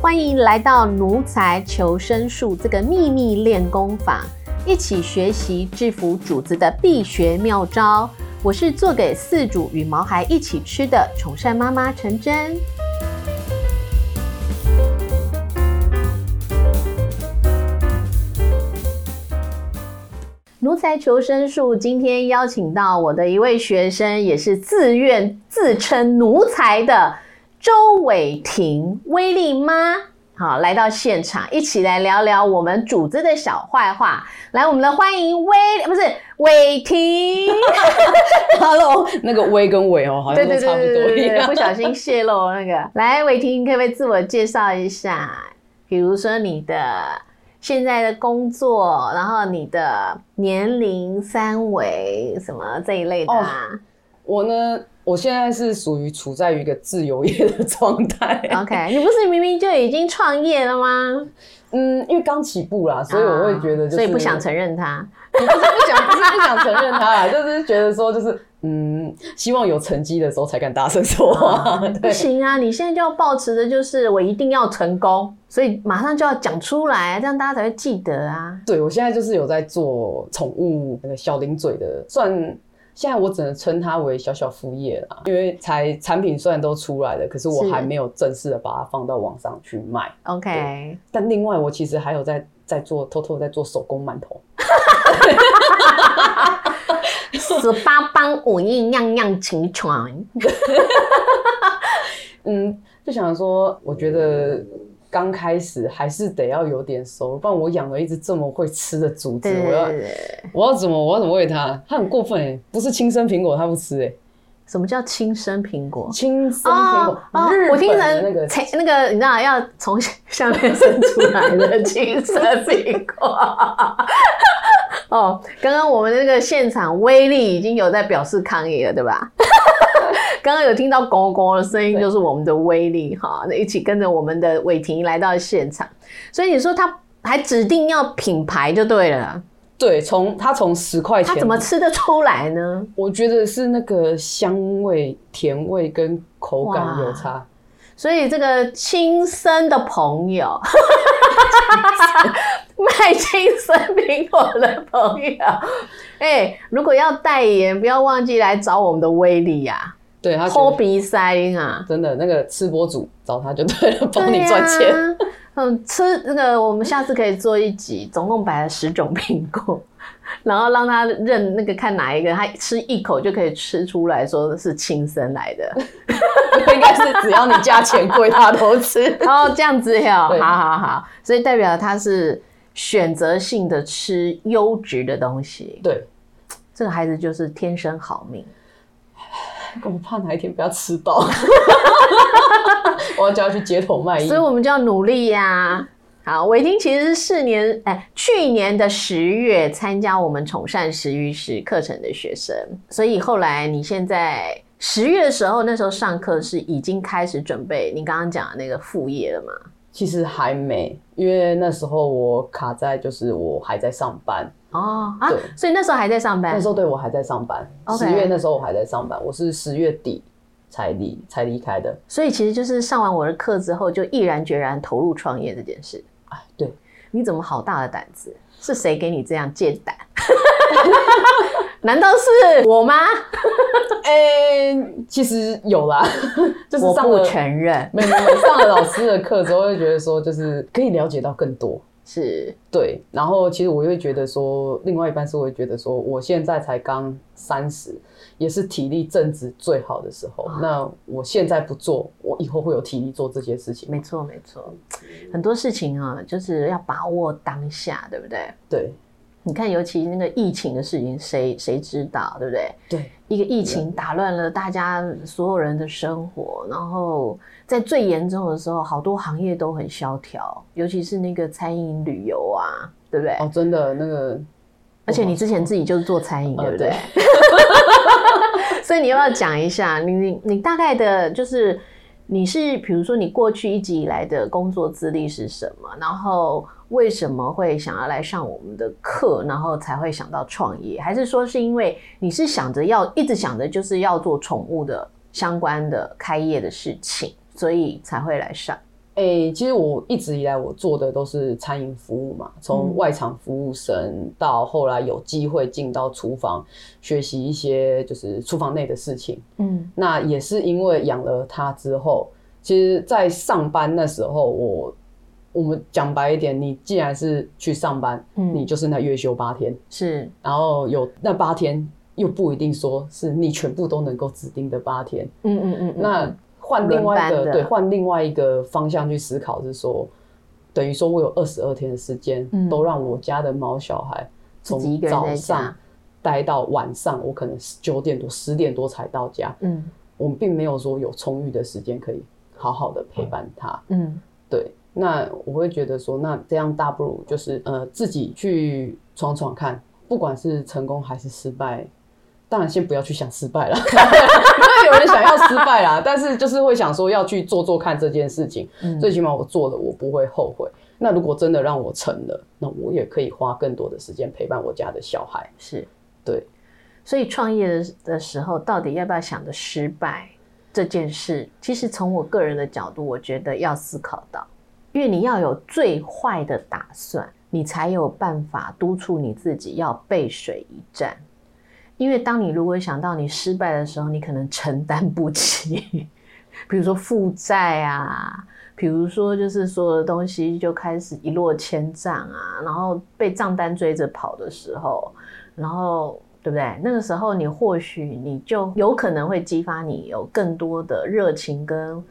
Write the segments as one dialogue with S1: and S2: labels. S1: 欢迎来到奴才求生术这个秘密练功法，一起学习制服主子的必学妙招。我是做给饲主与毛孩一起吃的宠善妈妈陈真。奴才求生术今天邀请到我的一位学生，也是自愿自称奴才的周伟婷威力妈，好来到现场，一起来聊聊我们主子的小坏话。来，我们来欢迎威，不是伟婷。
S2: Hello，那个威跟伟哦，好
S1: 对对
S2: 像都
S1: 对
S2: 差不
S1: 对
S2: 多一
S1: 对对，
S2: 样
S1: 不。小心泄露那个。来，伟霆，你可不可以自我介绍一下？比如说你的现在的工作，然后你的年龄、三围什么这一类的、啊。
S2: 我呢，我现在是属于处在于一个自由业的状 态。
S1: OK，你不是明明就已经创业了吗？啊
S2: 嗯，因为刚起步啦，所以我会觉得就是，
S1: 所以不想承认他。
S2: 不是不想，不是不想承认它啦， 就是觉得说，就是嗯，希望有成绩的时候才敢大声说话。
S1: 不
S2: 对，
S1: 行啊，你现在就要保持的就是我一定要成功，所以马上就要讲出来，这样大家才会记得啊。
S2: 对我现在就是有在做宠物那个小零嘴的，算。现在我只能称它为小小副业啦，因为才产品虽然都出来了，可是我
S1: 是
S2: 还没有正式的把它放到网上去卖。
S1: OK，
S2: 但另外，我其实还有在在做，偷偷在做手工馒头。
S1: 十八般武艺样样齐全。
S2: 嗯，就想说，我觉得刚开始还是得要有点收入，不然我养了一只这么会吃的竹子，
S1: 对对
S2: 我要
S1: 对对，
S2: 我要怎么我要怎么喂它？它很过分哎、不是亲生苹果它不吃哎、
S1: 什么叫亲生苹果？
S2: 亲生苹果，
S1: 哦
S2: 日
S1: 我听
S2: 本
S1: 成
S2: 的那个
S1: 才那个，你知道要从下面生出来的亲生苹果。哦，刚刚我们那个现场威力已经有在表示抗议了，对吧？刚刚有听到狗狗的声音，就是我们的威力哈，那一起跟着我们的伟霆来到现场，所以你说他还指定要品牌就对了，
S2: 对，从它从十块钱，
S1: 他怎么吃得出来呢？
S2: 我觉得是那个香味、甜味跟口感有差。
S1: 所以这个亲生的朋友， 卖亲生苹果的朋友，哎、如果要代言，不要忘记来找我们的威力呀、
S2: 对，它
S1: 啊，
S2: 觉得
S1: 抠鼻塞啊，
S2: 真的那个吃播主找他就对了，帮你
S1: 对啊
S2: 赚钱。。
S1: 嗯，吃那个，我们下次可以做一集，总共摆了十种苹果， 然后让他认那个看哪一个，他吃一口就可以吃出来说是亲生来的。
S2: 应该是只要你价钱贵，他都吃。
S1: 哦，这样子哟，
S2: 对
S1: 好好好，所以代表他是选择性的吃优质的东西。
S2: 对，
S1: 这个孩子就是天生好命，
S2: 我怕哪一天不要吃到， 我要叫他去街头卖艺
S1: 所以。我们就要努力呀、好，伟霆其实是四年，哎，去年的十月参加我们宠善食育师课程的学生，所以后来你现在十月的时候，那时候上课是已经开始准备你刚刚讲的那个副业了嘛？
S2: 其实还没，因为那时候我卡在就是我还在上班，
S1: 哦啊
S2: 对，
S1: 所以那时候还在上班
S2: 那时，候对我还在上班，
S1: 哎 OK
S2: 十月那时候我还在上班，我是十月底才离才离 开的。
S1: 所以其实就是上完我的课之后，就毅然决然投入创业这件事。
S2: 哎，对，
S1: 你怎么好大的胆子？是谁给你这样借 胆？难道是我吗？
S2: 哎、其实有啦， 就是
S1: 我
S2: 上
S1: 不
S2: 了。嗯
S1: 承认，
S2: 没有没有上了老师的课之后，会觉得说就是可以了解到更多，
S1: 是
S2: 对，然后其实我会觉得说，另外一半是我会觉得说，我现在才刚三十，也是体力正值最好的时候。
S1: 啊
S2: 那我现在不做，我以后会有体力做这些事情吗？
S1: 没错没错。很多事情啊，就是要把握当下，对不对？
S2: 对
S1: 你看，尤其那个疫情的事情，谁谁知道，对不对？
S2: 对
S1: 一个疫情打乱了大家所有人的生活，然后在最严重的时候，好多行业都很萧条，尤其是那个餐饮、旅游啊，对不对？
S2: 哦，真的那个，
S1: 而且你之前自己就是做餐饮，
S2: 呃
S1: 对不对？ 所以你要不要讲一下，你你你大概的就是你是比如说你过去一直以来的工作资历是什么，然后为什么会想要来上我们的课，然后才会想到创业，还是说是因为你是想着要一直想着就是要做宠物的相关的开业的事情，所以才会来上？
S2: 诶、哎其实我一直以来我做的都是餐饮服务嘛，从
S1: 嗯
S2: 外场服务生到后来有机会进到厨房，学习一些就是厨房内的事情。
S1: 嗯
S2: 那也是因为养了它之后，其实，在上班那时候，我我们讲白一点，你既然是去上班，
S1: 嗯
S2: 你就是那月休八天，
S1: 是
S2: 然后有那八天又不一定说是你全部都能够指定的八天，
S1: 嗯嗯嗯，嗯
S2: 那换另外一
S1: 轮班
S2: 个
S1: 的
S2: 对，换另外一个方向去思考是说，等于说我有二十二天的时间，
S1: 嗯
S2: 都让我家的毛小孩
S1: 自己一
S2: 从
S1: 个人在
S2: 早上
S1: 家
S2: 待到晚上，我可能九点多十点多才到家，
S1: 嗯
S2: 我们并没有说有充裕的时间可以好好的陪伴他。
S1: 嗯
S2: 对，那我会觉得说，那这样大不如就是呃自己去闯闯看，不管是成功还是失败，当然先不要去想失败啦，因为有人想要失败啦，但是就是会想说要去做做看这件事情，
S1: 嗯，
S2: 最起码我做了，我不会后悔。那如果真的让我成了，那我也可以花更多的时间陪伴我家的小孩。
S1: 是
S2: 对，
S1: 所以创业的的时候，到底要不要想着失败这件事？其实从我个人的角度，我觉得要思考到，因为你要有最坏的打算，你才有办法督促你自己要背水一战。因为当你如果想到你失败的时候，你可能承担不起，比如说负债啊，比如说就是所有的东西就开始一落千丈啊，然后被账单追着跑的时候，然后对不对？那个时候你或许你就有可能会激发你有更多的热情跟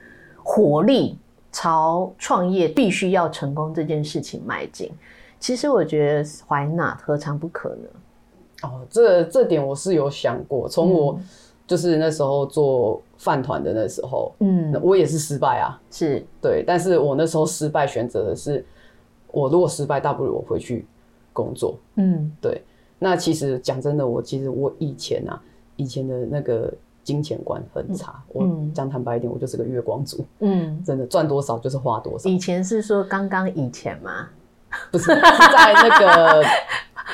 S1: 活力，朝创业必须要成功这件事情迈进。其实我觉得 why not 何尝不可呢？
S2: 哦，这这点我是有想过，从我
S1: 嗯
S2: 就是那时候做饭团的那时候，那
S1: 嗯，
S2: 我也是失败啊。
S1: 是
S2: 对，但是我那时候失败选择的是，我如果失败，大不了我回去工作。
S1: 嗯
S2: 对，那其实讲真的，我其实我以前啊，以前的那个金钱观很差。
S1: 嗯
S2: 我讲坦白一点，我就是个月光族，
S1: 嗯。
S2: 真的赚多少就是花多少，
S1: 以前是说刚刚以前嘛，
S2: 不是是在 那个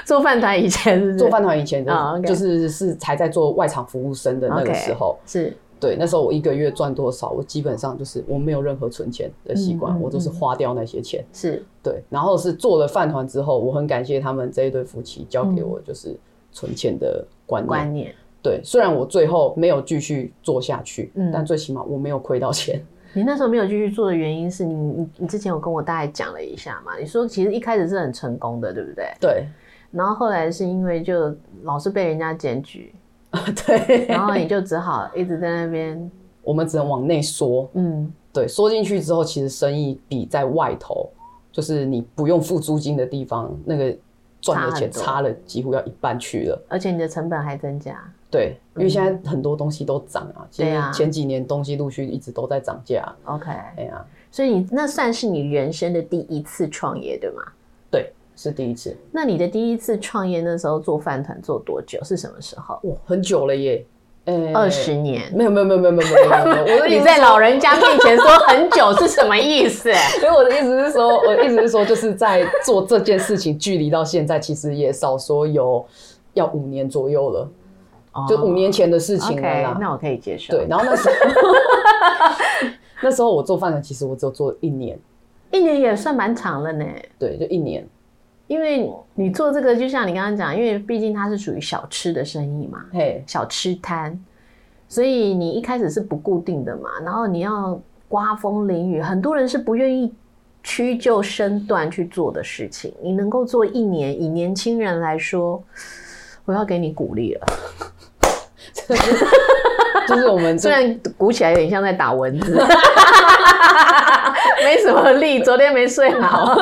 S1: 做饭团以前是不是
S2: 做饭团以前的，
S1: 哦，OK
S2: 就是是还在做外场服务生的那个
S1: OK
S2: 时候。
S1: 是
S2: 对，那时候我一个月赚多少，我基本上就是我没有任何存钱的习
S1: 嗯
S2: 惯，
S1: 嗯
S2: 我都是
S1: 嗯
S2: 花掉那些钱。
S1: 是
S2: 对，然后是做了饭团之后，我很感谢他们这一对夫妻教给我就是存钱的观念。
S1: 嗯观念，
S2: 对，虽然我最后没有继续做下去，
S1: 嗯
S2: 但最起码我没有亏到钱。
S1: 你那时候没有继续做的原因是你你你之前有跟我大概讲了一下嘛，你说其实一开始是很成功的，对不对？
S2: 对，
S1: 然后后来是因为就老是被人家检举，
S2: 对，
S1: 然后你就只好一直在那边，
S2: 我们只能往内缩。
S1: 嗯
S2: 对，缩进去之后，其实生意比在外头，就是你不用付租金的地方，那个赚的钱
S1: 差很多
S2: 差了几乎要一半去了。
S1: 而且你的成本还增加，
S2: 对，因为现在很多东西都涨啊，其
S1: 嗯对
S2: 实
S1: 啊
S2: 前几年东西陆续一直都在涨价。
S1: OK，
S2: 哎呀，
S1: 所以你那算是你人生的第一次创业，对吗？
S2: 对，是第一次。
S1: 那你的第一次创业那时候做饭团做多久？是什么时候？
S2: 哇，很久了耶，呃
S1: 二十年。
S2: 没有没有没有没有没有没有没有， 没有我的意
S1: 你
S2: 思
S1: 在
S2: 是
S1: 老人家面前说很久是什么意思？
S2: 所以我的意思是说，我的意思是说，就是在做这件事情，距离到现在其实也少说有要五年左右了， 就五年前的事情了
S1: 哦 OK，
S2: 啦。
S1: 那我可以接受。
S2: 对，，然后那 时候 那时候我做饭呢，其实我只有做一年，
S1: 一年也算蛮长了呢。
S2: 对，就一年。
S1: 因为你做这个，就像你刚刚讲，因为毕竟它是属于小吃的生意嘛，
S2: 嘿，
S1: 小吃摊，所以你一开始是不固定的嘛，然后你要刮风淋雨，很多人是不愿意屈就身段去做的事情。你能够做一年，以年轻人来说，我要给你鼓励了。
S2: 就是我们
S1: 虽然鼓起来有点像在打蚊子， 没什么力，昨天没睡好。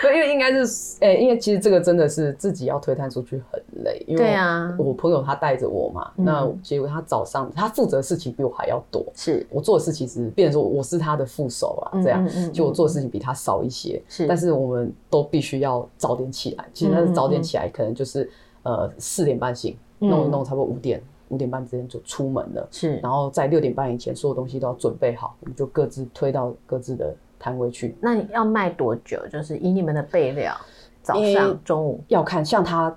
S2: 对，因为应该是，哎、因为其实这个真的是自己要推摊出去很累，因为
S1: 对啊
S2: 我朋友他带着我嘛，
S1: 嗯
S2: 那结果他早上他负责的事情比我还要多，
S1: 是
S2: 我做的事其实变成说我是他的副手啊，这样，
S1: 嗯嗯嗯
S2: 就我做的事情比他少一些，
S1: 是
S2: 但是我们都必须要早点起来，其实他是早点起来，可能就是呃四点半醒，
S1: 嗯
S2: 弄一弄差不多五点五点半之前就出门了，
S1: 是，
S2: 然后在六点半以前所有东西都要准备好，我们就各自推到各自的摊位去，
S1: 那你要卖多久？就是以你们的备料，早
S2: 诶
S1: 上、中午，
S2: 要看像他，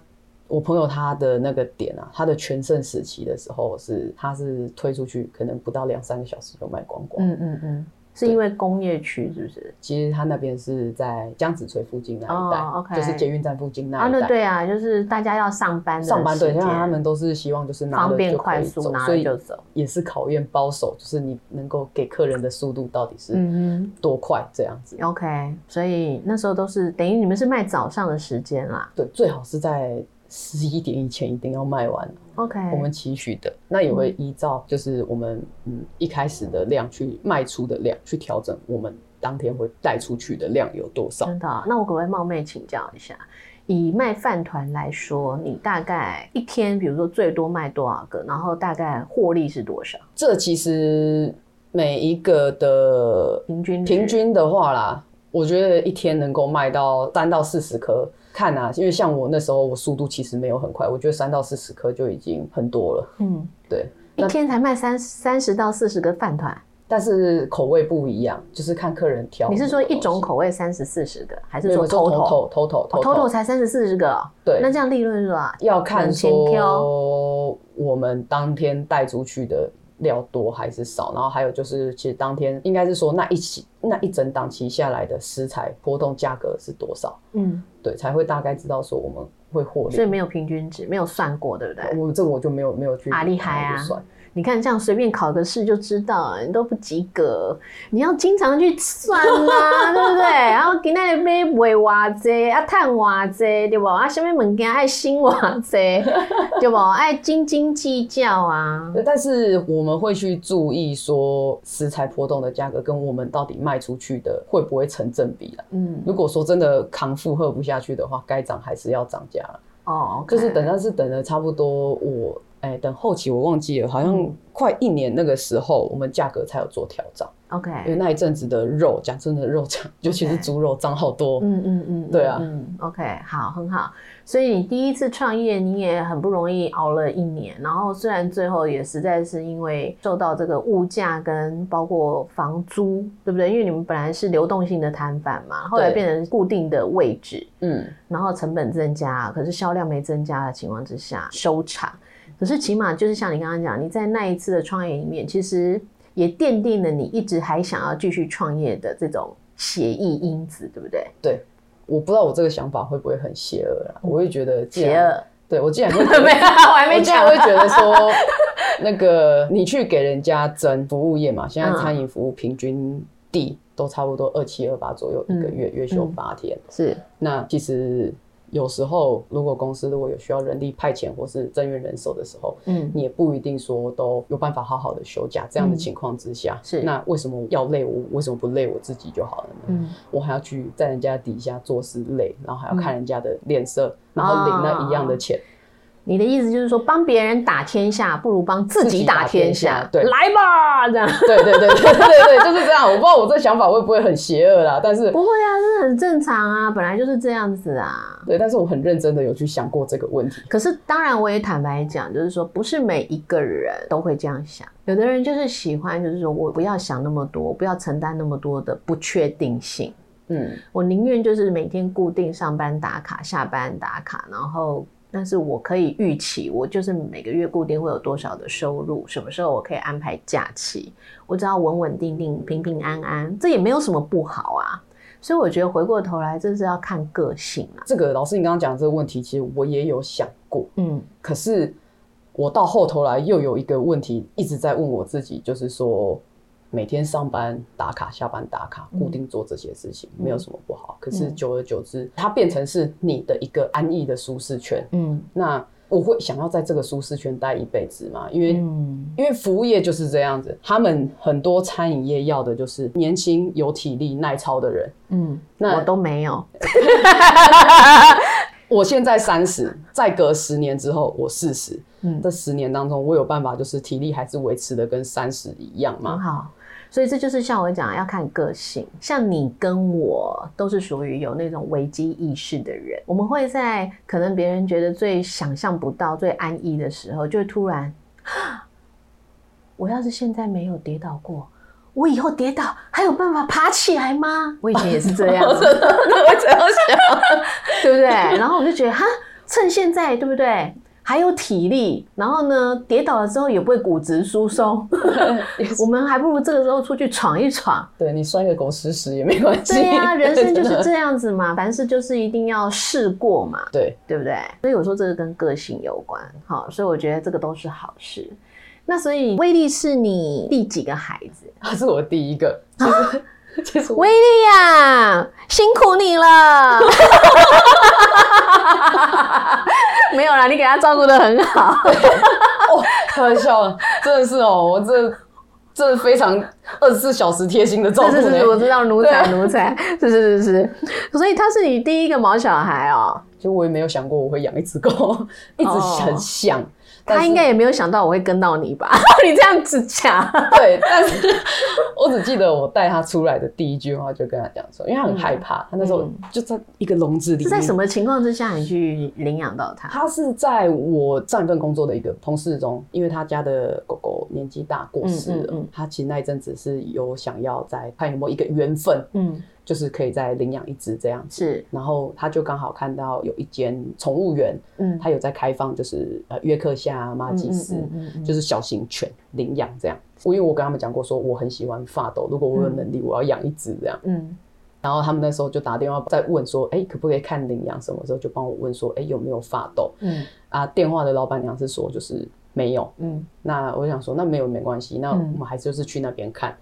S2: 我朋友他的那个点啊，他的全盛时期的时候是，他是推出去可能不到两三个小时就卖光光。
S1: 嗯嗯嗯，是因为工业区是不是？
S2: 其实他那边是在江子翠附近那一带、
S1: 哦，OK
S2: 就是捷运站附近那
S1: 啊，
S2: 一带。
S1: 那对啊，就是大家要上班的
S2: 上班对，
S1: 时间
S2: 像他们都是希望就是拿
S1: 方
S2: 了
S1: 便
S2: 就可
S1: 快
S2: 以
S1: 速，
S2: 走，
S1: 拿
S2: 所
S1: 了
S2: 以
S1: 就走。
S2: 也是考验包手，就是你能够给客人的速度到底是
S1: 嗯
S2: 多快这样子。
S1: 哼，OK，所以那时候都是等于你们是卖早上的时间啦。
S2: 对，最好是在十一点以前一定要卖完，
S1: OK，
S2: 我们期许的。那也
S1: 嗯
S2: 会依照就是我们嗯一开始的量去卖出的量去调整，我们当天会带出去的量有多少？
S1: 真的哦、那我可不可以冒昧请教一下？以卖饭团来说，你大概一天，比如说最多卖多少个，然后大概获利是多少？
S2: 这其实每一个的
S1: 平均值
S2: 平均的话啦，我觉得一天能够卖到三到四十颗，看啊，因为像我那时候我速度其实没有很快，我觉得三到四十颗就已经很多了。
S1: 嗯，
S2: 对，
S1: 一天才卖三三十到四十个饭团，
S2: 但是口味不一样，就是看客人挑。
S1: 你是说一种？口味三十四十个，还是
S2: 没有
S1: 说
S2: 没有就
S1: total？
S2: 头头头头
S1: 头头才三十四十个哦、
S2: 对，
S1: 那这样利润是多少？啊
S2: 要看
S1: 能先挑
S2: 说我们当天带出去的料多还是少，然后还有就是，其实当天应该是说那一起那一整档期下来的食材波动价格是多少，
S1: 嗯，
S2: 对，才会大概知道说我们会获
S1: 所以
S2: 利。
S1: 没有平均值，没有算过，对不对？
S2: 我这我就没有没有去
S1: 啊厉害啊
S2: 去算
S1: 你看这样随便考个试就知道，你都不及格，你要经常去算啦、对不对？然后今天买卖偌济，啊赚偌济，对不？啊，什么物件爱省偌济，对不？爱斤斤计较啊。
S2: 对但是我们会去注意说食材波动的价格跟我们到底卖出去的会不会成正比啦。
S1: 嗯，
S2: 如果说真的扛负荷不下去的话，该涨还是要涨价啦啊
S1: 哦，OK
S2: 就是等，但是等了差不多我。哎，等后期我忘记了，好像
S1: 嗯
S2: 快一年那个时候，我们价格才有做调整，因为
S1: OK，
S2: 那一阵子的肉，讲真的肉涨，尤其是猪肉涨好多。
S1: 嗯嗯嗯，
S2: 对啊
S1: 嗯，OK，好，很好。所以你第一次创业，你也很不容易熬了一年，然后虽然最后也实在是因为受到这个物价跟包括房租，对不对？因为你们本来是流动性的摊贩嘛，后来变成固定的位置，
S2: 嗯，
S1: 然后成本增加，可是销量没增加的情况之下收场。可是起码就是像你刚刚讲，你在那一次的创业里面，其实也奠定了你一直还想要继续创业的这种协议因子，对不对？
S2: 我不知道我这个想法会不会很邪恶啦，我会觉得既
S1: 嗯邪
S2: 然，
S1: 恶，
S2: 对我既然会觉得
S1: 没有，我还
S2: 我
S1: 没
S2: 竟
S1: 讲
S2: 然。会觉 得说，那个你去给人家争服务业嘛，现在
S1: 嗯
S2: 餐饮服务平均地都差不多二七二八左右一个
S1: 嗯
S2: 月，月休
S1: 嗯
S2: 八天。
S1: 是，
S2: 那其实有时候，如果公司如果有需要人力派遣或是增援人手的时候，
S1: 嗯，
S2: 你也不一定说都有办法好好的休假。这样的情况之下，
S1: 是
S2: 那为什么要累我？为什么不累我自己就好了呢？
S1: 嗯，
S2: 我还要去在人家底下做事累，然后还要
S1: 嗯
S2: 看
S1: 哦
S2: 人家的脸色，然后领那一样的钱。
S1: 你的意思就是说，帮别人打天下，不如帮自
S2: 自
S1: 己
S2: 己
S1: 打
S2: 打
S1: 天
S2: 天
S1: 下
S2: 下，对
S1: 来吧，这样。
S2: 对对对对对对，就是这样。我不知道我这想法会不会很邪恶啦，但是
S1: 不会啊，这很正常啊，本来就是这样子啊。
S2: 对，但是我很认真的有去想过这个问题。
S1: 可是，当然我也坦白讲，就是说，不是每一个人都会这样想。有的人就是喜欢，就是说我不要想那么多，我不要承担那么多的不确定性。
S2: 嗯，
S1: 我宁愿就是每天固定上班打卡、下班打卡，然后但是我可以预期，我就是每个月固定会有多少的收入，什么时候我可以安排假期，我只要稳稳定定、平平安安，这也没有什么不好啊。所以我觉得回过头来，这是要看个性啊。
S2: 这个老师你刚刚讲的这个问题，其实我也有想过。
S1: 嗯
S2: 可是我到后头来又有一个问题一直在问我自己，就是说每天上班打卡、下班打卡，
S1: 嗯
S2: 固定做这些事情、
S1: 嗯
S2: 没有什么不好。可是久而久之，它变成是你的一个安逸的舒适圈。
S1: 嗯
S2: 那我会想要在这个舒适圈待一辈子嘛？因为、
S1: 嗯
S2: 因为服务业就是这样子，他们很多餐饮业要的就是年轻、有体力、耐操的人。
S1: 嗯，
S2: 那
S1: 我都没有。
S2: 我现在三十，再隔十年之后我四十，
S1: 嗯，
S2: 这十年当中，我有办法就是体力还是维持的跟三十一样
S1: 很
S2: 吗？
S1: 好。所以这就是像我讲的，要看个性。像你跟我都是属于有那种危机意识的人，我们会在可能别人觉得最想象不到、最安逸的时候，就会突然，啊我要是现在没有跌倒过，我以后跌倒还有办法爬起来吗？我以前也是这 样，啊
S2: 我这样想，
S1: 对不对？然后我就觉得哈，趁现在，对不对？还有体力，然后呢，跌倒了之后也不会骨质疏松，我们还不如这个时候出去闯一闯。
S2: 对你摔个狗屎屎也没关系。
S1: 对呀、人生就
S2: 真
S1: 是
S2: 的
S1: 这样子嘛，凡事就是一定要试过嘛，
S2: 对，
S1: 对不对？所以我说这个跟个性有关，好，所以我觉得这个都是好事。那所以威力是你第几个孩子？
S2: 他是我第一个。
S1: 啊
S2: 其实 其实我
S1: 威力呀、辛苦你了。 没有啦，你给他照顾的很好。
S2: 哦，开玩笑了，真的是哦，我这这非常二十四小时贴心的照顾
S1: 是是是，我
S2: 呢。
S1: 知道奴才奴才，是是是是，所以他是你第一个毛小孩哦，
S2: 其实我也没有想过我会养一只狗，一直很想。但
S1: 他
S2: 是
S1: 应该也没有想到我会跟到你吧？ 你这样子 讲，
S2: 对，但是我只记得我带他出来的第一句话就跟他讲说，因为他很害怕，他那时候
S1: 嗯
S2: 就在一个笼子里
S1: 是
S2: 面。
S1: 在什么情况之下你去领养到他？
S2: 他是在我上一份工作的一个同事中，因为他家的狗狗年纪大过世了，
S1: 嗯嗯嗯
S2: 他其实那一阵子是有想要再看有没有一个缘分，
S1: 嗯，
S2: 就是可以再领养一只这样子。
S1: 是，
S2: 然后他就刚好看到有一间宠物园，
S1: 嗯，
S2: 他有在开放，就是呃约克夏啊、马吉斯，
S1: 嗯嗯
S2: 就是小型犬领养这样。我因为我跟他们讲过，说我很喜欢发抖，如果我有能力，我要养一只这样。
S1: 嗯
S2: 然后他们那时候就打电话在问说，哎、可不可以看领养什么时候，就帮我问说，哎、有没有发抖？
S1: 嗯
S2: 啊，电话的老板娘是说就是没有。
S1: 嗯
S2: 那我想说，那没有没关系，那我
S1: 嗯
S2: 们还是就是去那边看。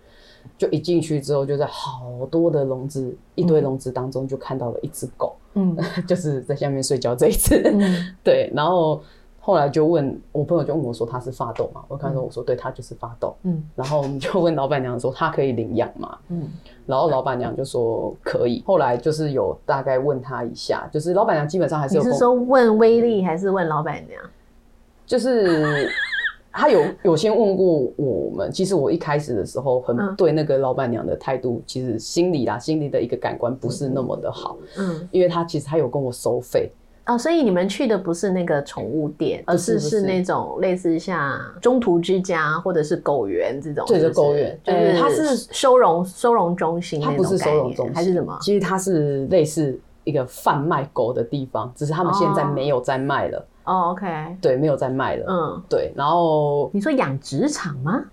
S2: 就一进去之后，就在好多的笼子，一堆笼子当中，就看到了一只狗，
S1: 嗯
S2: 就是在下面睡觉这一只。
S1: 嗯，
S2: 对，然后后来就问我朋友，就问我说它是发抖嘛？我看说我说对，它就是发抖。
S1: 嗯
S2: 然后我们就问老板娘说它可以领养吗？
S1: 嗯
S2: 然后老板娘就说可以。后来就是有大概问她一下，就是老板娘基本上还是
S1: 你
S2: 有
S1: 是
S2: 跟我
S1: 说问威力还是问老板娘？
S2: 就是他有有先问过我们，其实我一开始的时候
S1: 嗯
S2: 很对那个老板娘的态度，其实心里啦，心里的一个感官不是那么的好，
S1: 嗯，
S2: 因为他其实他有跟我收费，
S1: 哦，所以你们去的不是那个宠物店，而
S2: 不
S1: 是
S2: 是不
S1: 是
S2: 是
S1: 那种类似像中途之家或者是狗园这种，
S2: 对
S1: 是不
S2: 就是狗园
S1: 就
S2: 呃
S1: 是
S2: 它是
S1: 收容收容中心
S2: 他
S1: 那
S2: 不是
S1: 种概
S2: 收
S1: 念，
S2: 容中心，
S1: 还是什么？
S2: 其实他是类似一个贩卖狗的地方，只是他们现在
S1: 哦
S2: 没有在卖了，
S1: 哦，OK，
S2: 对，没有在卖了，
S1: 嗯，
S2: 对，然后
S1: 你说养殖场吗？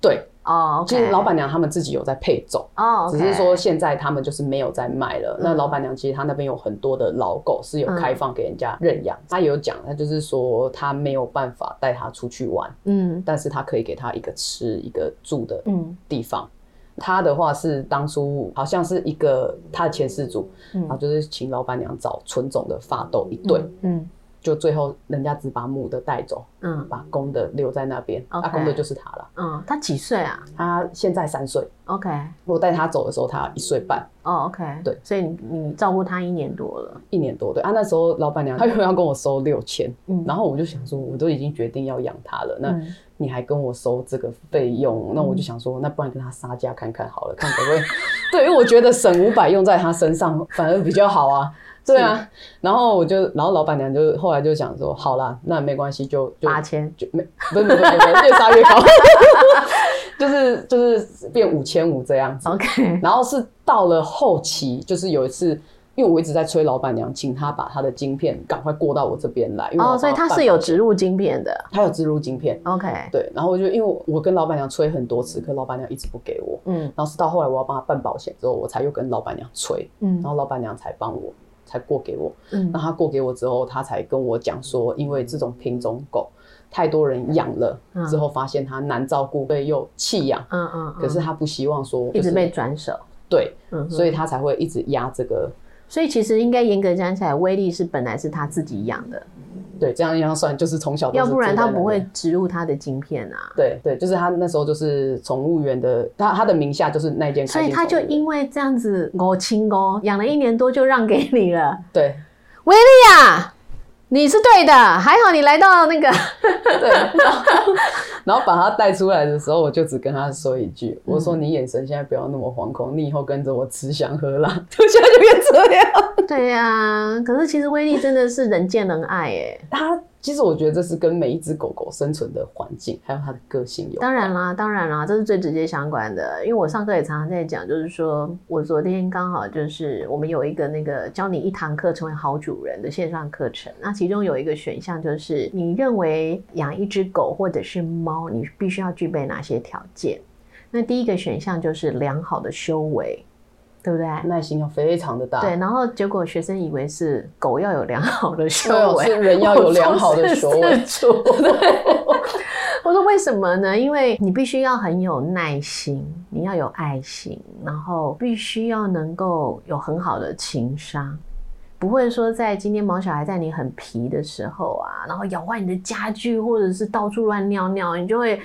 S2: 对，
S1: 哦，OK，
S2: 其实老板娘他们自己有在配种。
S1: 哦
S2: 只
S1: ，OK，
S2: 是说现在他们就是没有在卖了。那
S1: 嗯
S2: 老板娘其实她那边有很多的老狗是有开放给人家认养，她也有讲，她就是说她没有办法带它出去玩，
S1: 嗯
S2: 但是她可以给它一个吃一个住的
S1: 嗯
S2: 地方。她的话是当初好像是一个她的前世主，然后
S1: 嗯，
S2: 就是请老板娘找纯种的发豆一啊对，
S1: 嗯
S2: 就最后人家只把母的带走，
S1: 嗯
S2: 把公的留在那边，那
S1: OK
S2: 公的就是她了。
S1: 嗯，他几岁啊
S2: 她现在三岁，
S1: ？OK，
S2: 我带她走的时候她一岁半。
S1: 哦，OK，
S2: 对，
S1: 所以你你照顾他一年多了，
S2: 一年多，对啊，那时候老板娘她又要跟我收六千，
S1: 嗯
S2: 然后我就想说，我都已经决定要养它了，那
S1: 嗯
S2: 你还跟我收这个费用，那我就想说，那不然跟它杀价看看好了，看可不可以？ 对，因为我觉得省五百用在它身上反而比较好啊。对啊，然后我就，然后老板娘就后来就想说，好啦，那没关系，就就
S1: 八千，
S2: 就没，不是不是不是不是，越杀越高， 就是就是变五千五这样子。
S1: ，OK，
S2: 然后是到了后期，就是有一次，因为我一直在催老板娘，请她把她的晶片赶快过到我这边来，因为我
S1: 哦，所以
S2: 她
S1: 他是有植入晶片的
S2: 她有植入晶片，
S1: ，OK，
S2: 对。然后我就因为我跟老板娘催很多次，可老板娘一直不给我，
S1: 嗯
S2: 然后是到后来我要帮她办保险之后，我才又跟老板娘催，
S1: 嗯
S2: 然后老啊板娘才帮我。才过给我，
S1: 嗯
S2: 那她过给我之后，她才跟我讲说，因为这种品种狗太多人养了，
S1: 嗯
S2: 之后发现它难照顾，所以又弃养。
S1: 嗯嗯，
S2: 可是她不希望说、
S1: 一
S2: 就是
S1: 直被转手，
S2: 对，
S1: 嗯，
S2: 所
S1: 以
S2: 以她才会一直压这个
S1: 所以其实应该严格讲起来，威力是本来是他自己养的，
S2: 对，这样要算就是从小都是
S1: 要不然
S2: 住在
S1: 他
S2: 那
S1: 不会
S2: 边。
S1: 植入他的晶片啊。
S2: 对对，就是他那时候就是宠物园的，他他的名下就是那一间
S1: 所
S2: 开
S1: 以
S2: 心宠物
S1: 他
S2: 园，
S1: 就因为这样子，我亲哦，养了一年多就让给你了。
S2: 对
S1: 维利亚，啊你是对的，还好你来到那个，
S2: 对，然后 然后把他带出来的时候，我就只跟他说一句，我说你眼神现在不要那么惶恐，你以后跟着我吃香喝辣， 就现在就变这样。
S1: 对呀、可是其实威力真的是人见人爱哎，
S2: 他其实我觉得这是跟每一只狗狗生存的环境还有它的个性有关。
S1: 当然啦，当然啦，这是最直接相关的。因为我上课也常常在讲，就是说我昨天刚好就是我们有一个那个教你一堂课成为好主人的线上课程，那其中有一个选项就是你认为养一只狗或者是猫，你必须要具备哪些条件？那第一个选项就是良好的修为，对不对？
S2: 耐心要非常的大。
S1: 对，然后结果学生以为是狗要有良好的修
S2: 没有，
S1: 为，
S2: 啊是人要有良好的修为。
S1: 我说为什么呢？因为你必须要很有耐心，你要有爱心，然后必须要能够有很好的情商，不会说在今天毛小孩在你很皮的时候啊，然后咬坏你的家具，或者是到处乱尿尿，你就会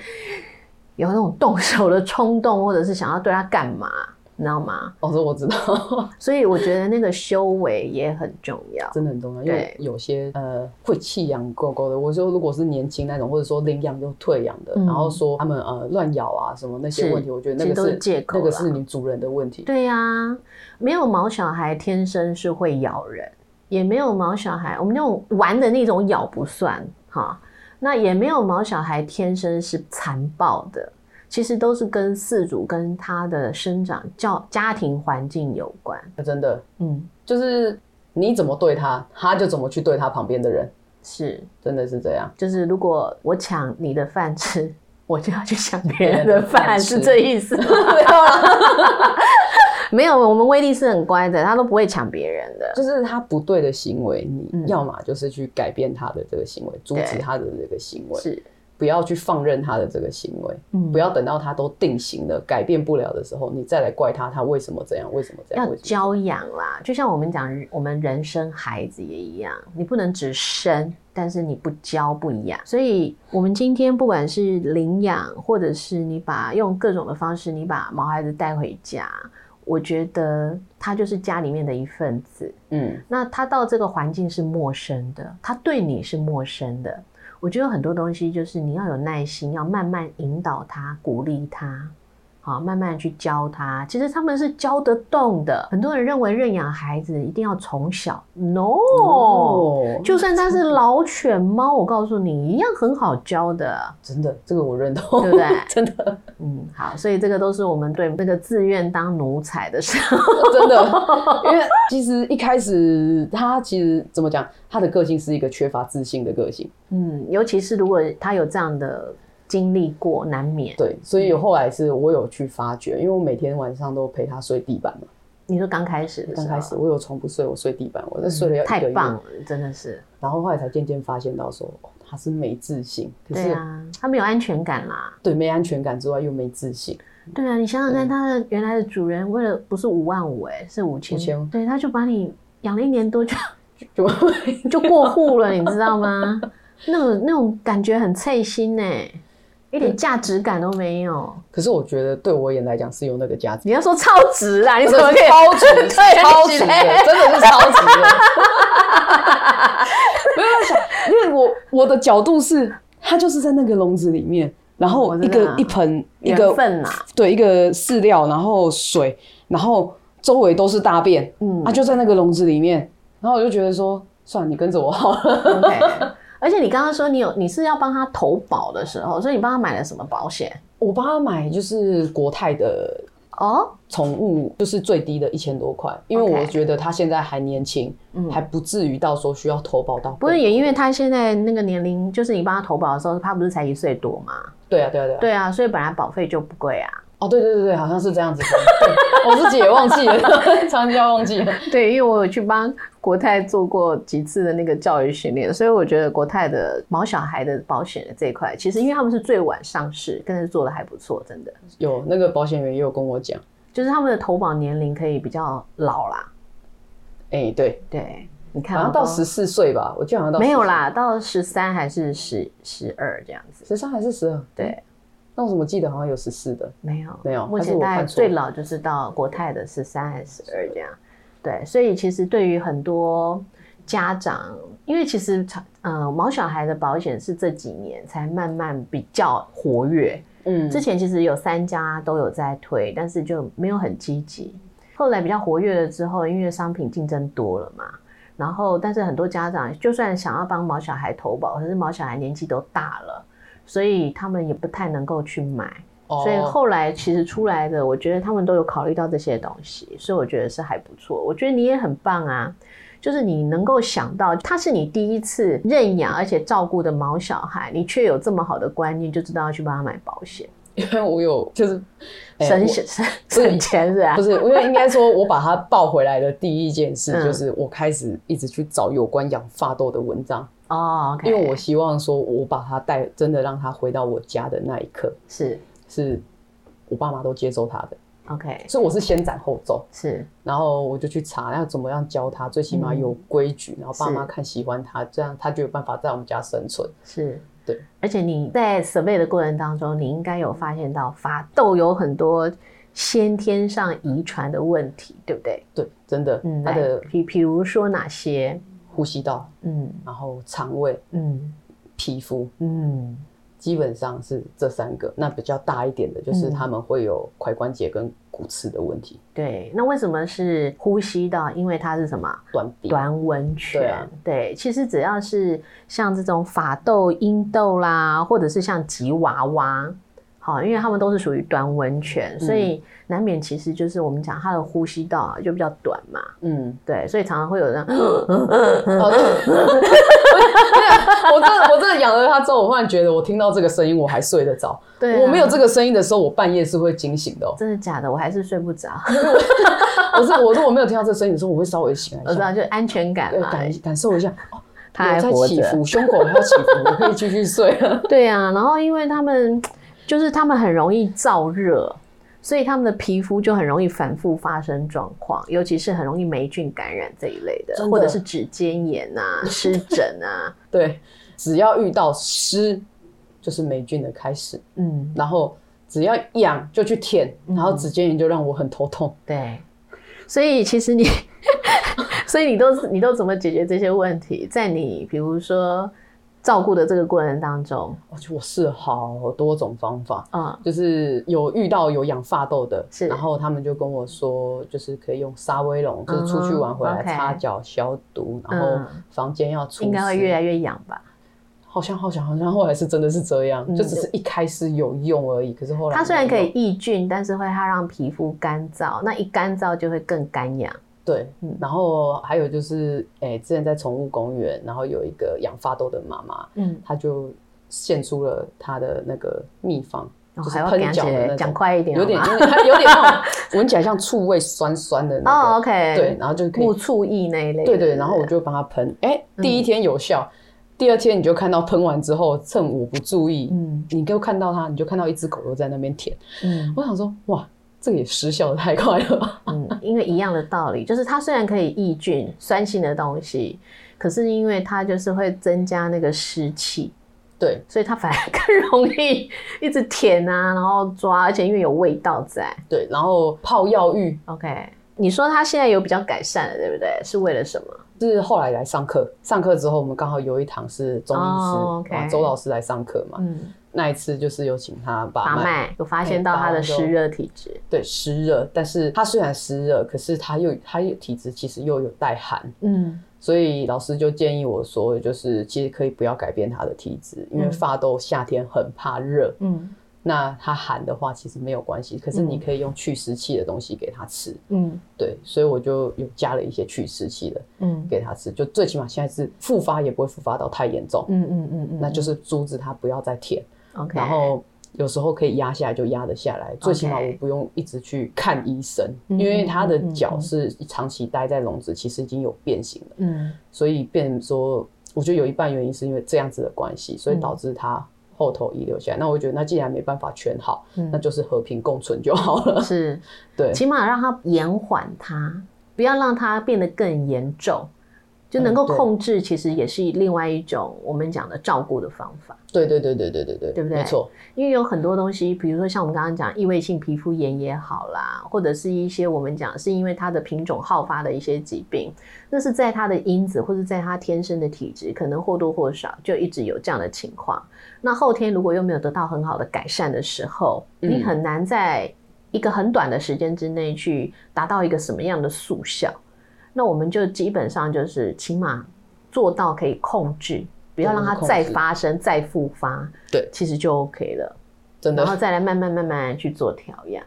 S1: 有那种动手的冲动，或者是想要对他干嘛，你知道吗？
S2: 哦，这我知道，
S1: 所以我觉得那个修为也很重要。
S2: 真的很重要。因为有些呃会弃养狗狗的，我说如果是年轻那种，或者说领养又退养的，
S1: 嗯
S2: 然后说他们呃乱咬啊什么那些
S1: 是
S2: 问题，我觉得
S1: 其
S2: 那
S1: 实都
S2: 个
S1: 是借口
S2: 那个
S1: 啦
S2: 是你主人的问题。
S1: 对呀、没有毛小孩天生是会咬人，也没有毛小孩我们那种玩的那种咬不算哈，那也没有毛小孩天生是残暴的，其实都是跟饲主跟他的生长教家庭环境有关。
S2: 真的
S1: 嗯，
S2: 就是你怎么对它，它就怎么去对它旁边的人，
S1: 是，
S2: 真的是这 样。
S1: 就是如果我抢你的饭吃。我就要去抢别人 的饭，
S2: 别人的饭吃
S1: 是这意思吗？没有，我们威力是很乖的，他都不会抢别人的。
S2: 就是他不对的行为，你
S1: 嗯
S2: 要么就是去改变他的这个行为，阻止
S1: 对
S2: 他的这个行为，
S1: 是，
S2: 不要去放任他的这个行为，
S1: 嗯
S2: 不要等到他都定型了，改变不了的时候，你再来怪他，他为什么这样，为什么这样，
S1: 要
S2: 为什么
S1: 教养啦，就像我们讲人，我们人生孩子也一样，你不能只生，但是你不教不养。所以，我们今天不管是领养，或者是你把用各种的方式，你把毛孩子带回家，我觉得他就是家里面的一份子。
S2: 嗯，
S1: 那他到这个环境是陌生的，他对你是陌生的。我觉得很多东西就是你要有耐心，要慢慢引导他，鼓励他，好，慢慢去教他。其实他们是教得动的。很多人认为认养孩子一定要从小，no，、就
S2: 哦
S1: 算他是老犬猫，我告诉你，一样很好教的。
S2: 真的这个我认同，
S1: 对不对
S2: 真的
S1: 嗯，好，所以这个都是我们对那个自愿当奴才的时候，
S2: 真的，因为其实一开始他其实怎么讲，他的个性是一个缺乏自信的个性，
S1: 嗯，尤其是如果他有这样的经历过，难免。
S2: 对，所以后来是我有去发掘，因为我每天晚上都陪他睡地板嘛。
S1: 你说刚开始的时
S2: 刚
S1: 候，嗯
S2: 开始我有床不睡，我睡地板，我那睡了要一个
S1: 啊太
S2: 月
S1: 棒了，真的是。
S2: 然后后来才渐渐发现到说，哦，他是没自信，可是
S1: 对啊，他没有安全感啦。
S2: 对没安全感之外又没自信，
S1: 对啊，你想想看，
S2: 嗯
S1: 他的原来的主人为了不是五万五，哎，是五千，
S2: 5000
S1: 对，他就把你养了一年多就
S2: 就
S1: 就过户了，你知道吗？那种那种感觉很脆心呢、一点价值感都没有。
S2: 可是我觉得对我而言来讲是有那个价值，
S1: 你要说超值 啦，你怎么可以？
S2: 超值，
S1: 对
S2: 超 值的，
S1: 对
S2: 真的是超值的。 没有想，因为我我的角度是，他就是在那个笼子里面，然后
S1: 我
S2: 一
S1: 知
S2: 个
S1: 道
S2: 一盆一个
S1: 缘分啦，
S2: 对，一个饲料，然后水，然后周围都是大便，嗯，
S1: 嗯
S2: 啊，就在那个笼子里面，然后我就觉得说，算了，你跟着我好了。
S1: OK。而且你刚刚说你有你是要帮他投保的时候，所以你帮他买了什么保险？
S2: 我帮他买就是国泰的
S1: 哦，
S2: 宠物，就是最低的一千多块，因为我
S1: OK
S2: 觉得他现在还年轻，还不至于到说需要投保到。
S1: 不是也因为他现在那个年龄，就是你帮他投保的时候，他不是才一岁多吗？
S2: 对啊，对啊，对啊。
S1: 对啊，所以本来保费就不贵啊。
S2: 哦，对对对对，好像是这样子。对我自己也忘记了， 常常忘记了。
S1: 对，因为我有去帮国泰做过几次的那个教育训练，所以我觉得国泰的毛小孩的保险的这一块，其实因为他们是最晚上市，跟是做的还不错，真的，
S2: 有那个保险员也有跟我讲，
S1: 就是他们的投保年龄可以比较老啦。
S2: 哎、对，
S1: 对，你看我
S2: 好像到
S1: 都
S2: 十四岁吧，我记得好像到
S1: 没有
S2: 14
S1: 啦，到十三还是十十二这样子。
S2: 十三还是十二？
S1: 对，
S2: 那我怎么记得好像有十四的？
S1: 没有，
S2: 没有
S1: 目
S2: 哦还是
S1: 前
S2: 我
S1: 大概
S2: 看错了
S1: 最老就是到国泰的十三还是十二这样。对，所以其实对于很多家长，因为其实呃毛小孩的保险是这几年才慢慢比较活跃，
S2: 嗯
S1: 之前其实有三家都有在推，但是就没有很积极。后来比较活跃了之后，因为商品竞争多了嘛，然后，但是很多家长就算想要帮毛小孩投保，可是毛小孩年纪都大了，所以他们也不太能够去买。
S2: 哦
S1: 所以后来其实出来的，我觉得他们都有考虑到这些东西，所以我觉得是还不错。我觉得你也很棒啊，就是你能够想到他是你第一次认养而且照顾的毛小孩，你却有这么好的观念，就知道要去帮他买保险，
S2: 因为我有就是哎
S1: 省
S2: 我
S1: 省省省钱是吧
S2: 不？是，因为应该说，我把它抱回来的第一件事
S1: 嗯
S2: 就是我开始一直去找有关养发豆的文章，
S1: 哦，OK，
S2: 因为我希望说，我把它带，真的让它回到我家的那一刻，
S1: 是
S2: 是我爸妈都接受它的，
S1: OK
S2: 所以我是先斩后奏，
S1: 是
S2: 然后我就去查要怎么样教它，最起码有规矩，然后爸
S1: 嗯
S2: 妈
S1: 是
S2: 看喜欢它，这样它就有办法在我们家生存。
S1: 是，
S2: 对。
S1: 而且你在 survey 的过程当中，你应该有发现到法斗有很多先天上遗传的问题，对不对？
S2: 对，真的，
S1: 嗯，
S2: 它
S1: 来
S2: 的
S1: 比比如说哪些？
S2: 呼吸道，
S1: 嗯
S2: 然后肠胃、
S1: 嗯
S2: 皮肤，
S1: 嗯
S2: 基本上是这三个。那比较大一点的，
S1: 嗯
S2: 就是他们会有踝关节跟骨刺的问题，，
S1: 对。那为什么是呼吸道？因为它是什么？
S2: 短鼻。
S1: 短吻
S2: 对
S1: 犬
S2: 啊。
S1: 对，其实只要是像这种法斗、英斗啦，或者是像吉娃娃。好，因为它们都是属于短吻犬，
S2: 嗯
S1: 所以难免其实就是我们讲它的呼吸道啊就比较短嘛，
S2: 嗯，
S1: 对，所以常常会有 人
S2: 哦，对 啊我这我这养了它之后，我忽然觉得我听到这个声音我还睡得着。
S1: 对啊
S2: 我没有这个声音的时候，我半夜是会惊醒 的、哦。
S1: 真的假的，我还是睡不着，
S2: 我是我如果没有听到这声音的时候，我会稍微醒
S1: 我
S2: 来一
S1: 知
S2: 下，
S1: 道就安全感
S2: 对
S1: 嘛，
S2: 感感受一下。哦，
S1: 它还
S2: 有在
S1: 活
S2: 起
S1: 着
S2: 伏，胸口还要起伏，我可以继续睡 了。
S1: 对啊，然后因为他们就是他们很容易燥热，所以他们的皮肤就很容易反复发生状况，尤其是很容易霉菌感染这一类的，
S2: 真的
S1: 或者是指尖炎啊、湿疹 啊，
S2: 对，只要遇到湿，就是霉菌的开始。
S1: 嗯，
S2: 然后只要痒就去舔，然后指尖炎就让我很头痛。
S1: 对，所以其实你， 所以你都你都怎么解决这些问题？在你比如说照顾的这个过程当中，
S2: 而且我试了好多种方法，
S1: 啊、
S2: 就是有遇到有养发豆的，
S1: 是
S2: 然后他们就跟我说，就是可以用沙威龙，就是出去玩回
S1: 嗯
S2: 来
S1: OK 嗯
S2: 擦脚消毒，然后房间要除
S1: 应该会
S2: 湿
S1: 越来越痒吧？
S2: 好像好像好像后来是真的是这样，
S1: 嗯
S2: 就只是一开始有用而已，可是后来
S1: 它虽然可
S2: 没
S1: 以
S2: 有
S1: 抑菌，但是会它让皮肤干燥，那一干燥就会更干痒。
S2: 对
S1: 嗯，
S2: 然后还有就是，哎、之前在宠物公园，然后有一个养发豆的妈妈，
S1: 嗯，
S2: 她就献出了她的那个秘方，
S1: 哦
S2: 就是
S1: 还要
S2: 喷
S1: 讲
S2: 脚的那
S1: 解
S2: 种
S1: 讲快一点好
S2: 有
S1: 吗，
S2: 点有点有点那种闻起来像醋味酸酸的
S1: 哦
S2: 那个，
S1: ，OK，
S2: 对，，然后就可以
S1: 木嗯醋意那一类的，
S2: 对对，然后我就帮他喷，哎，第一天有效，第二天你就看到喷完之后，趁我不注意，
S1: 嗯
S2: 你给我看到它，你就看到一只狗又在那边舔，
S1: 嗯
S2: 我想说，哇，这个也失效的太快了 吧？
S1: 嗯，因为一样的道理，就是它虽然可以抑菌酸性的东西，可是因为它就是会增加那个湿气，
S2: 对，
S1: 所以它反而 更容易一直舔啊，然后抓，而且因为有味道在
S2: 对，然后泡药浴
S1: ，OK。你说它现在有比较改善了，对不对？是为了什么？
S2: 是后来来上课，上课之后我们刚好有一堂是中医
S1: 哦
S2: 师
S1: ，OK
S2: 啊周老师来上课嘛，
S1: 嗯，
S2: 那一次就是有请他把
S1: 把
S2: 脉。
S1: 脉有发现到它的湿热体质，
S2: 对湿热，但是它虽然湿热，可是它又它又体质其实又有带寒，
S1: 嗯
S2: 所以老师就建议我说，就是其实可以不要改变它的体质，因为
S1: 嗯
S2: 发豆夏天很怕热，
S1: 嗯
S2: 那它寒的话其实没有关系，可是你
S1: 嗯
S2: 可以用去湿气的东西给它吃，
S1: 嗯
S2: 对，所以我就有加了一些去湿气的
S1: 嗯
S2: 给它吃，就最起码现在是复发也不会复发到太严重，
S1: 嗯嗯嗯嗯，
S2: 那就是阻止它不要再舔，
S1: OK。
S2: 然后有时候可以压下来就压得下来，最起码我不用一直去看医生，
S1: 嗯
S2: 因为它的
S1: 嗯嗯
S2: 脚是长期待在笼子，其实已经有变形了，
S1: 嗯
S2: 所以变成说，我觉得有一半原因是因为这样子的关系，所以
S1: 嗯
S2: 导致它后头遗留下来。那我觉得，那既然没办法全好，
S1: 嗯
S2: 那就是和平共存就好了。
S1: 是，
S2: 对，
S1: 起码让它延缓它，不要让它变得更严重，就能够
S2: 嗯对
S1: 控制，其实也是另外一种我们讲的照顾的方法。
S2: 对对对对对对对，
S1: 对不对
S2: 没错，
S1: 因为有很多东西，比如说像我们刚刚讲异位性皮肤炎也好啦，或者是一些我们讲是因为它的品种好发的一些疾病，那是在它的因子或者在它天生的体质，可能或多或少就一直有这样的情况。那后天如果又没有得到很好的改善的时候，
S2: 嗯
S1: 你很难在一个很短的时间之内去达到一个什么样的速效。那我们就基本上就是起码做到可以控制，不要让它
S2: 控制
S1: 再发生、再复发，
S2: 对
S1: 其实就 OK 了。
S2: 真
S1: 然后
S2: 的
S1: 再来慢慢慢慢去做调养。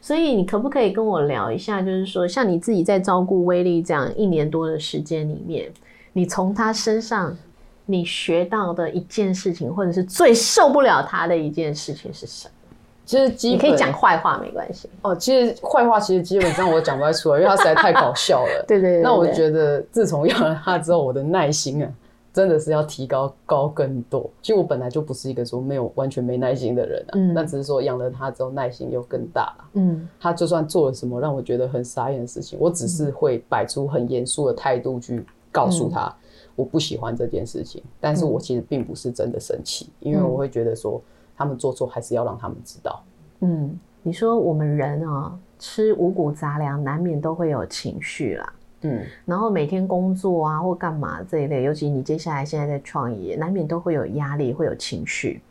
S1: 所以你可不可以跟我聊一下，就是说，像你自己在照顾威力这样一年多的时间里面，你从他身上你学到的一件事情，或者是最受不了他的一件事情是什么？
S2: 其实基
S1: 你
S2: 本
S1: 可以讲坏话没关系。
S2: 哦，其实坏话其实基本上我讲不太出来，因为他实在太搞笑了。
S1: 对对 对
S2: 那我
S1: 得
S2: 觉得自从养了它之后，我的耐心啊，真的是要提高高更多。其实我本来就不是一个说没有完全没耐心的人啊，
S1: 嗯
S2: 那只是说养了它之后耐心又更大了。
S1: 嗯
S2: 他就算做了什么让我觉得很傻眼的事情，我只是会摆出很严肃的态度去告
S1: 嗯
S2: 诉他、我不喜欢这件事情，但是我其实并不是真的生气，因为我会觉得说他们做错还是要让他们知道。
S1: 嗯，你说我们人啊、吃五谷杂粮难免都会有情绪啦。
S2: 嗯，
S1: 然后每天工作啊或干嘛这一类，尤其你接下来现在在创业，难免都会有压力，会有情绪。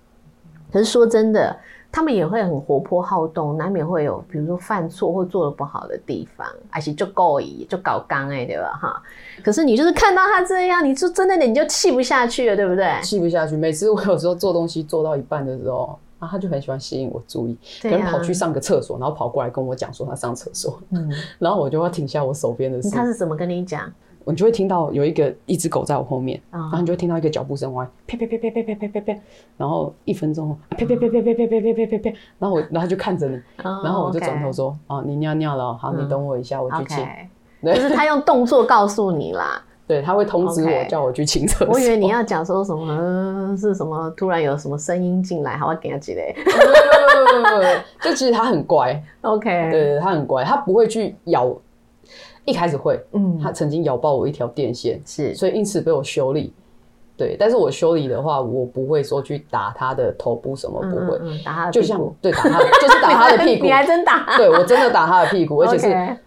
S1: 可是说真的，他们也会很活泼好动，难免会有比如说犯错或做的不好的地方，而且就够以就搞刚哎，对吧？哈，可是你就是看到他这样，你就真的你就气不下去了，对不对？
S2: 气不下去。每次我有时候做东西做到一半的时候。啊，他就很喜欢吸引我注意，可
S1: 对
S2: 能
S1: 啊
S2: 跑去上个厕所，然后跑过来跟我讲说他上厕所，
S1: 嗯，
S2: 然后我就要停下我手边的事，
S1: 他是怎么跟你讲？
S2: 我就会听到有一个一只狗在我后面，
S1: 啊
S2: 然后你就会听到一个脚步声，哇，啪啪啪啪啪啪啪啪啪，然后一分钟后，啪啪啪啪啪啪啪啪啪啪啪，然后我然后就看着你，然后我就转头说，哦，你尿尿了哦，好，你等我一下，我去 清。
S1: ，OK，就
S2: 对
S1: 是他用动作告诉你啦。
S2: 对，他会通知
S1: OK
S2: 我，叫我去清厕所。
S1: 我以为你要讲说什么、嗯是什么，突然有什么声音进来，好，我给他几嘞。
S2: 不，不不不不就其实他很乖，
S1: OK，
S2: 对，对，他很乖，他不会去咬，一开始会，
S1: 嗯，
S2: 他曾经咬爆我一条电线，
S1: 是
S2: 所以因此被我修理。对，但是我修理的话，我不会说去打他的头部什么，
S1: 嗯
S2: 不会。
S1: 嗯嗯打他的
S2: 就
S1: 屁
S2: 像
S1: 股
S2: 对打他的，就是打他的屁股
S1: 你。还真打，
S2: 对我真的打他的屁股，而且是
S1: OK 嗯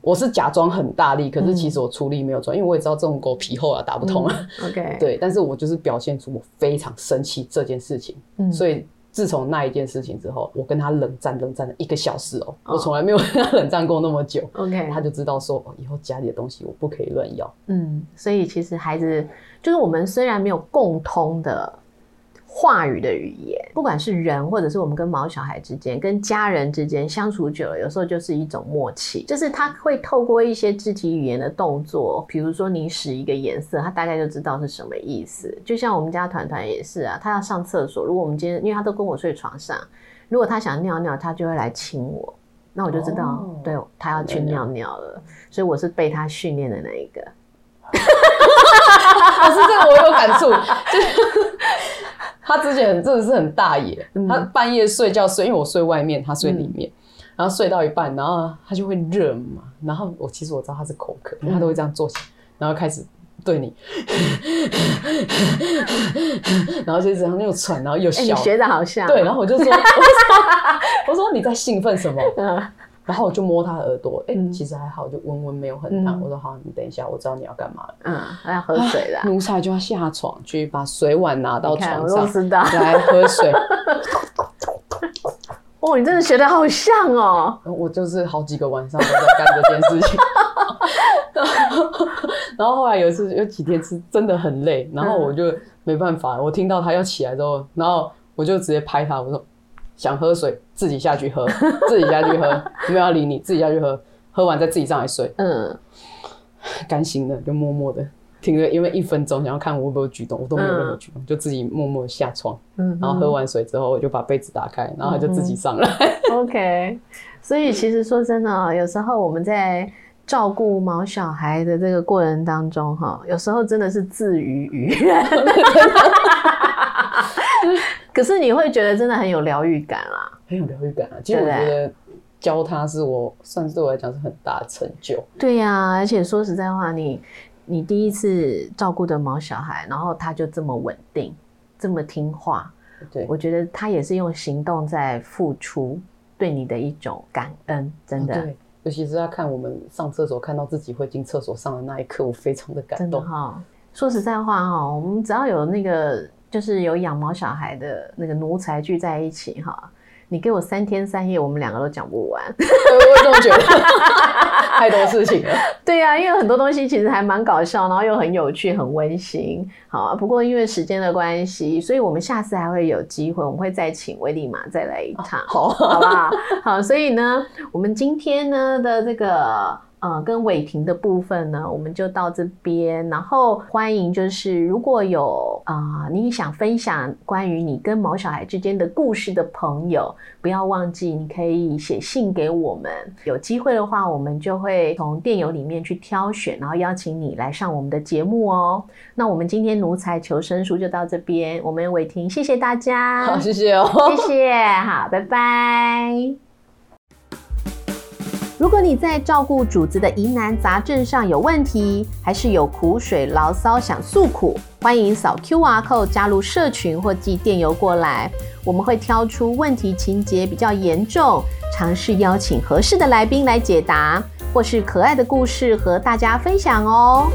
S2: 我是假装很大力，可是其实我出力没有转，因为我也知道这种狗皮厚啊，打不通啊。
S1: 嗯 OK，，
S2: 对，但是我就是表现出我非常生气这件事情，
S1: 嗯
S2: 所以。自从那一件事情之后，我跟他冷战冷战了一个小时哦，我从来没有 跟他冷战过那么久，
S1: OK，
S2: 他就知道说、哦、以后家里的东西我不可以乱要。
S1: 嗯，所以其实孩子就是我们虽然没有共通的话语的语言，不管是人或者是我们跟毛小孩之间、跟家人之间相处久了，有时候就是一种默契，就是他会透过一些肢体语言的动作，比如说你使一个颜色，他大概就知道是什么意思。就像我们家团团也是啊，他要上厕所，如果我们今天因为他都跟我睡床上，如果他想尿尿，他就会来亲我。那我就知道，
S2: 哦
S1: 对他要去尿尿了，所以我是被他训练的那一个。
S2: 老师，这个我有感触，就是他之前很真的是很大爷，
S1: 嗯
S2: 他半夜睡觉睡，因为我睡外面，他睡里面，然后睡到一半，然后他就会热嘛，然后我其实我知道他是口渴，因为他都会这样坐起，然后开始。对你，然后就这样又喘，然后又
S1: 哎、你
S2: 笑，
S1: 学的好像
S2: 对，然后我就说，我说，我说你在兴奋什么？
S1: 嗯
S2: 然后我就摸他的耳朵，哎、
S1: 嗯
S2: 其实还好，就温温没有很烫。
S1: 嗯
S2: 我说好，你等一下，我知道你要干嘛了。
S1: 嗯，还要喝水的啊、
S2: 奴才就要下床去把水碗拿到
S1: 你看，
S2: 床
S1: 我都啊
S2: 上
S1: 知道。
S2: 来喝水。
S1: 哦，你真的学的好像哦。
S2: 我就是好几个晚上都在干这件事情。 然后，然后后来有一次有几天是真的很累，然后我就没办
S1: 嗯
S2: 法，我听到他要起来之后，然后我就直接拍他，我说想喝水自己下去喝，自己下去喝， 没有要理你，自己下去喝，喝完再自己上来睡。
S1: 嗯，
S2: 甘心的就默默的停了，因为一分钟想要看我会不会有举动，我都没有任何举动，就自己默默地下床，
S1: 嗯
S2: 然后喝完水之后，我就把被子打开，然后他就自己上来。
S1: OK。所以其实说真的哦，有时候我们在照顾毛小孩的这个过程当中，哈，有时候真的是自娱于人。 可是你会觉得真的很有疗愈感啦。
S2: 很有疗愈感啊！其实我觉得教他是我算是对我来讲是很大的成就。
S1: 对呀、而且说实在话，你你第一次照顾的毛小孩，然后他就这么稳定，这么听话，
S2: 对，
S1: 我觉得他也是用行动在付出对你的一种感恩，真的，
S2: 哦啊对，尤其是他看我们上厕所看到自己会进厕所上的那一刻，我非常的感
S1: 真的哦
S2: 动。
S1: 哈、说实在话哈、我们只要有那个就是有养毛小孩的那个奴才聚在一起哈、你给我三天三夜，我们两个都讲不完。
S2: 我也这么觉得， 太多事情了。
S1: 对呀、因为很多东西其实还蛮搞笑，然后又很有趣、很温馨。好，啊不过因为时间的关系，所以我们下次还会有机会，我们会再请威利玛再来一趟，
S2: 好，
S1: 好不啊好？ 好，所以呢，我们今天呢的这个。呃，跟伟霆的部分呢，我们就到这边。然后欢迎，就是如果有啊、呃你想分享关于你跟毛小孩之间的故事的朋友，不要忘记，你可以写信给我们。有机会的话，我们就会从电邮里面去挑选，然后邀请你来上我们的节目哦。那我们今天奴才求生术就到这边，我们伟霆，谢谢大家，
S2: 好，谢谢哦。
S1: 谢谢，好，拜拜。如果你在照顾主子的疑难杂症上有问题，还是有苦水牢骚想诉苦，欢迎扫 Q R code 加入社群或寄电邮过来，我们会挑出问题情节比较严重，尝试邀请合适的来宾来解答，或是可爱的故事和大家分享哦。